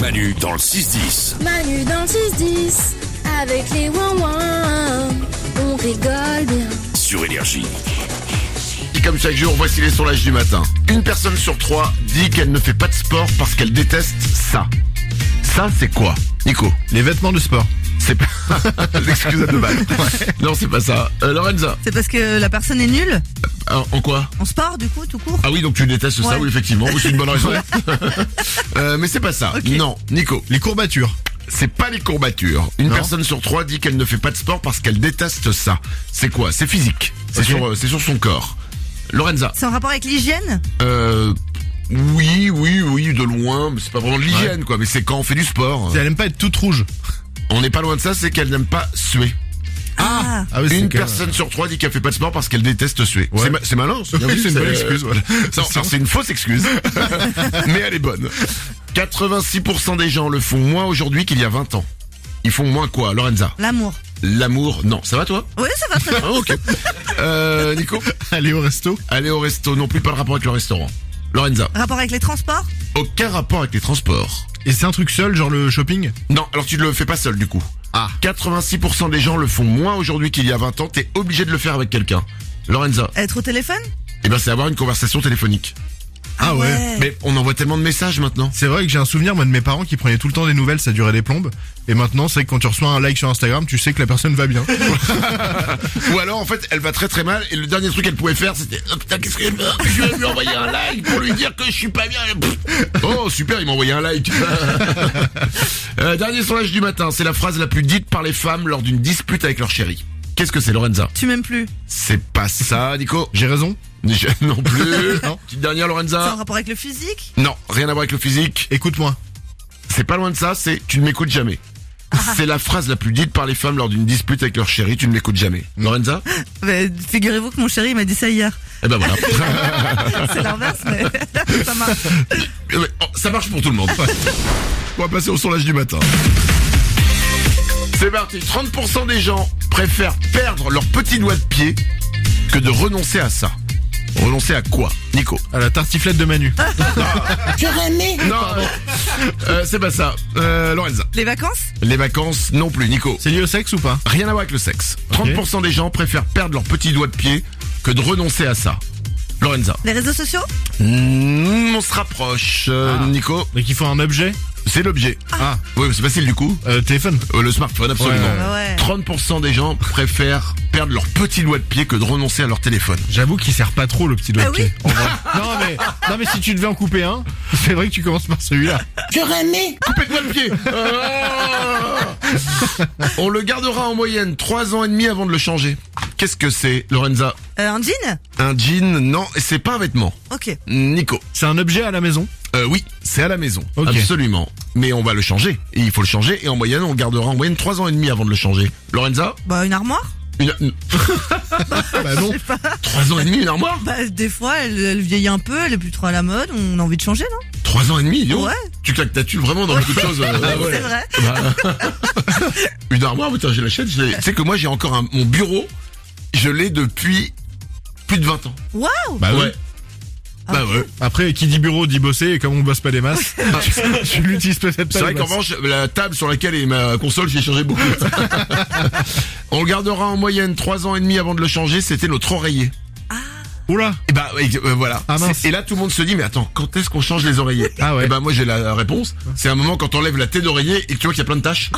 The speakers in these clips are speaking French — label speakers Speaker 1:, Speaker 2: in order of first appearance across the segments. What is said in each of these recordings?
Speaker 1: Manu dans le 6-10.
Speaker 2: Manu dans le 6-10, avec les ouin-ouin, on rigole bien.
Speaker 1: Sur Énergie.
Speaker 3: Et comme chaque jour, voici les sondages du matin. Une personne sur trois dit qu'elle ne fait pas de sport parce qu'elle déteste ça. Ça, c'est quoi Nico
Speaker 4: Les vêtements de sport.
Speaker 3: C'est pas... L'excuse à deux balles. Non, c'est pas ça. Euh, Lorenza,
Speaker 5: C'est parce que la personne est nulle
Speaker 3: en en quoi
Speaker 5: On se part du coup, tout court
Speaker 3: Ah oui, donc tu détestes ça,
Speaker 5: Ouais.
Speaker 3: oui, effectivement. Oui, c'est une bonne raison. Euh, mais c'est pas ça.
Speaker 5: Ok.
Speaker 3: Non, Nico.
Speaker 4: Les courbatures.
Speaker 3: C'est pas les courbatures. Une
Speaker 4: Non.
Speaker 3: personne sur trois dit qu'elle ne fait pas de sport parce qu'elle déteste ça. C'est quoi C'est physique. C'est
Speaker 4: Ok.
Speaker 3: sur, euh, c'est sur son corps. Lorenza.
Speaker 5: C'est en rapport avec l'hygiène
Speaker 3: Euh, oui, oui, oui, de loin. mais C'est pas vraiment de l'hygiène, quoi. Mais c'est quand on fait du sport.
Speaker 4: Elle aime pas être toute rouge.
Speaker 3: On n'est pas loin de ça. C'est qu'elle n'aime pas suer.
Speaker 5: Ah,
Speaker 4: oui, c'est
Speaker 3: Une
Speaker 4: que-
Speaker 3: personne sur trois dit qu'elle fait pas de sport parce qu'elle déteste suer. C'est ma- C'est malin. ça.
Speaker 4: Bien vu, Ah c'est une bonne
Speaker 3: euh,
Speaker 4: excuse, voilà.
Speaker 3: Non, alors, c'est une fausse excuse, mais elle est bonne. 86% des gens le font moins aujourd'hui qu'il y a 20 ans. Ils font moins quoi, Lorenza
Speaker 5: L'amour.
Speaker 3: L'amour, non. Ça va toi
Speaker 5: Oui, ça va très bien.
Speaker 3: Ah, Ok. Euh, Nico
Speaker 4: Aller au resto.
Speaker 3: Aller au resto, non plus pas de rapport avec le restaurant. Lorenza,
Speaker 5: Rapport avec les transports
Speaker 3: aucun rapport avec les transports.
Speaker 4: Et c'est un truc seul, genre le shopping.
Speaker 3: Non, alors tu ne le fais pas seul du coup.
Speaker 4: Ah.
Speaker 3: 86% des gens le font moins aujourd'hui qu'il y a 20 ans, t'es obligé de le faire avec quelqu'un. Lorenza,
Speaker 5: Être au téléphone
Speaker 3: eh ben c'est avoir une conversation téléphonique.
Speaker 4: Ah ouais.
Speaker 3: Mais on envoie tellement de messages maintenant.
Speaker 4: C'est vrai que j'ai un souvenir, moi, de mes parents qui prenaient tout le temps des nouvelles, ça durait des plombes. Et maintenant, c'est vrai que quand tu reçois un like sur Instagram, tu sais que la personne va bien.
Speaker 3: Ou alors, en fait, elle va très très mal et le dernier truc qu'elle pouvait faire, c'était oh, putain, qu'est-ce qu'elle veut Je vais lui envoyer un like pour lui dire que je suis pas bien. Pff. Oh super, il m'a envoyé un like. Euh, dernier sondage du matin, c'est la phrase la plus dite par les femmes lors d'une dispute avec leur chéri. Qu'est-ce que c'est, Lorenza
Speaker 5: Tu m'aimes plus.
Speaker 3: C'est pas ça, Nico.
Speaker 4: j'ai raison.
Speaker 3: Je- Non plus.
Speaker 4: Non.
Speaker 3: Petite dernière,
Speaker 5: C'est en
Speaker 3: Lorenza.
Speaker 5: rapport avec le physique
Speaker 3: Non, rien à voir avec le physique.
Speaker 4: Écoute-moi.
Speaker 3: C'est pas loin de ça. C'est tu ne m'écoutes jamais. C'est la phrase la plus dite par les femmes lors d'une dispute avec leur chéri. Tu ne m'écoutes jamais. Lorenza
Speaker 5: Mais Figurez-vous que mon chéri il m'a dit ça hier.
Speaker 3: Eh ben voilà.
Speaker 5: C'est l'inverse, mais ça marche.
Speaker 3: Eh ouais, oh, ça marche pour tout le monde. On va passer au sondage du matin. C'est parti. 30% des gens préfèrent perdre leur petit doigt de pied que de renoncer à ça. Renoncer à quoi, Nico
Speaker 4: À la tartiflette de Manu.
Speaker 3: Non, euh, c'est pas ça. Euh, Lorenza.
Speaker 5: Les vacances
Speaker 3: Les vacances, non plus, Nico.
Speaker 4: C'est lié au sexe ou pas
Speaker 3: Rien à voir avec le sexe. 30% des gens préfèrent perdre leur petit doigt de pied que de renoncer à ça. Lorenza.
Speaker 5: Les réseaux sociaux
Speaker 3: Mm, on se rapproche, euh,
Speaker 4: Ah.
Speaker 3: Nico.
Speaker 4: Donc il faut un objet
Speaker 3: C'est l'objet.
Speaker 4: Ah.
Speaker 3: Oui, c'est facile du coup.
Speaker 4: Euh, téléphone.
Speaker 3: Euh, le smartphone, absolument.
Speaker 4: Ouais,
Speaker 5: Ah ouais.
Speaker 3: 30% des gens préfèrent perdre leur petit doigt de pied que de renoncer à leur téléphone.
Speaker 4: J'avoue qu'il sert pas trop le petit doigt
Speaker 5: Ah
Speaker 4: de pied. en vrai. non mais non mais si tu devais en couper un, c'est vrai que tu commences par celui-là.
Speaker 3: Coupez le doigt de pied Ah On le gardera en moyenne 3 ans et demi avant de le changer. Qu'est-ce que c'est, Lorenza
Speaker 5: Euh, Un jean
Speaker 3: Un jean Non, et c'est pas un vêtement.
Speaker 5: Ok.
Speaker 3: Nico
Speaker 4: C'est un objet à la maison.
Speaker 3: Euh, oui, c'est à la maison.
Speaker 4: Ok.
Speaker 3: Absolument. Mais on va le changer. Et il faut le changer. Et en moyenne, on le gardera en moyenne 3 ans et demi avant de le changer. Lorenza
Speaker 5: Bah, une armoire
Speaker 3: une- une-
Speaker 4: Bah non.
Speaker 3: 3 ans et demi, une armoire
Speaker 5: Bah, des fois, elle, elle vieillit un peu, elle est plus trop à la mode, on a envie de changer, non
Speaker 3: 3 ans et demi, yo.
Speaker 5: Ouais.
Speaker 3: Tu claques ta tulle vraiment dans beaucoup de choses. euh, ah ouais.
Speaker 5: C'est vrai.
Speaker 3: Une armoire, putain, je l'achète. je l'ai- Tu sais que moi, j'ai encore un- mon bureau. Je l'ai depuis plus de 20 ans.
Speaker 5: Waouh
Speaker 4: Bah
Speaker 3: ouais. Bah ouais.
Speaker 4: Après qui dit bureau dit bosser et comme on bosse pas des masses, tu, tu l'utilises peut-être pas.
Speaker 3: C'est vrai
Speaker 4: les
Speaker 3: qu'en
Speaker 4: masses.
Speaker 3: revanche, la table sur laquelle est ma console, j'ai changé beaucoup. On le gardera en moyenne 3 ans et demi avant de le changer. C'était notre oreiller.
Speaker 4: Oula.
Speaker 3: Et bah ouais, euh, voilà.
Speaker 4: Ah, mince.
Speaker 3: C'est- et là tout le monde se dit mais attends quand est-ce qu'on change les oreillers
Speaker 4: Ah ouais.
Speaker 3: Et bah moi j'ai la réponse. C'est un moment quand t'enlèves la tête d'oreiller et que tu vois qu'il y a plein de taches.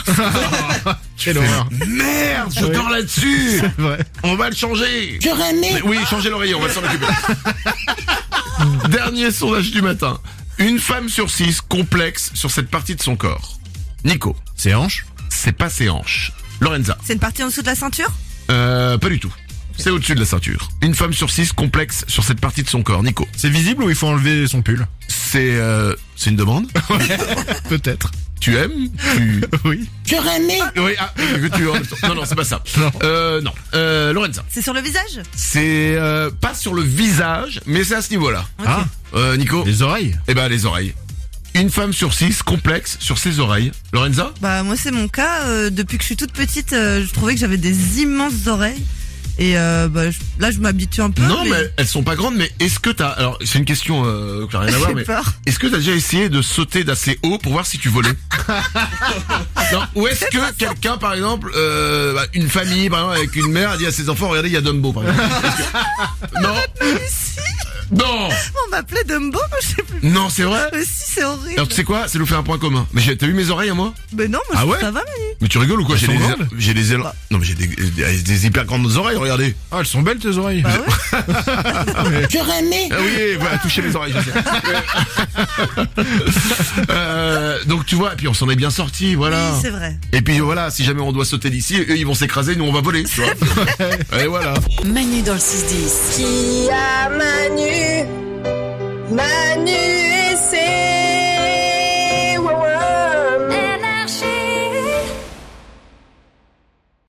Speaker 4: Quelle horreur.
Speaker 3: Merde, je dors là-dessus.
Speaker 4: C'est vrai.
Speaker 3: On va le changer. Mais Oui, changer l'oreiller, on va s'en occuper. Dernier sondage du matin. Une femme sur six complexe sur cette partie de son corps. Nico,
Speaker 4: C'est hanche.
Speaker 3: c'est pas ses hanches. Lorenza,
Speaker 5: C'est une partie en dessous de la ceinture
Speaker 3: euh, pas du tout. C'est au-dessus de la ceinture. Une femme sur six complexe sur cette partie de son corps. Nico,
Speaker 4: C'est visible ou il faut enlever son pull
Speaker 3: c'est euh, c'est une demande.
Speaker 4: Peut-être.
Speaker 3: Tu aimes Tu
Speaker 4: Oui.
Speaker 3: oui ah que tu non non c'est pas ça.
Speaker 4: Non.
Speaker 3: Euh, non. Euh, Lorenza,
Speaker 5: C'est sur le visage
Speaker 3: c'est euh, pas sur le visage, mais c'est à ce niveau-là.
Speaker 5: Ok.
Speaker 4: Ah.
Speaker 3: Euh, Nico,
Speaker 4: Les oreilles.
Speaker 3: Eh ben les oreilles. Une femme sur six complexe sur ses oreilles. Lorenza
Speaker 5: Bah moi c'est mon cas, euh, depuis que je suis toute petite, euh, je trouvais que j'avais des immenses oreilles Et euh, bah, je- là, je m'habitue un peu.
Speaker 3: Non, mais elles sont pas grandes, mais est-ce que t'as. Alors, c'est une question euh, qui n'a rien à voir,
Speaker 5: J'ai
Speaker 3: mais.
Speaker 5: peur.
Speaker 3: Est-ce que t'as déjà essayé de sauter d'assez haut pour voir si tu volais Non, ou est-ce que quelqu'un, par exemple, euh, bah, une famille, par exemple, avec une mère, a dit à ses enfants, regardez, il y a Dumbo, par exemple. Est-ce que- Non
Speaker 5: Si,
Speaker 3: Non
Speaker 5: on m'appelait Dumbo, moi, je sais plus.
Speaker 3: Non, c'est vrai
Speaker 5: Mais si, c'est horrible.
Speaker 3: Alors, tu sais quoi Ça nous fait un point commun. Mais j'ai- t'as vu mes oreilles à moi
Speaker 5: Mais non, moi,
Speaker 3: Ah
Speaker 5: je-
Speaker 3: ouais
Speaker 5: ça va, Manu.
Speaker 3: Mais tu rigoles ou quoi
Speaker 4: Elles
Speaker 3: J'ai
Speaker 4: sont
Speaker 3: des,
Speaker 4: grandes
Speaker 3: j'ai des ailes- Non, mais j'ai des, des- des hyper grandes oreilles, regardez.
Speaker 4: Ah, elles sont belles tes oreilles.
Speaker 5: Bah ouais.
Speaker 2: J'aurais aimé.
Speaker 3: Ah oui, voilà, toucher mes oreilles. je sais. Euh, donc tu vois, et puis on s'en est bien sorti, voilà.
Speaker 5: Oui, c'est vrai.
Speaker 3: et puis voilà, si jamais on doit sauter d'ici, eux ils vont s'écraser, nous on va voler, tu vois. et voilà.
Speaker 6: Manu dans le 6-10.
Speaker 2: Qui a Manu Manu et ses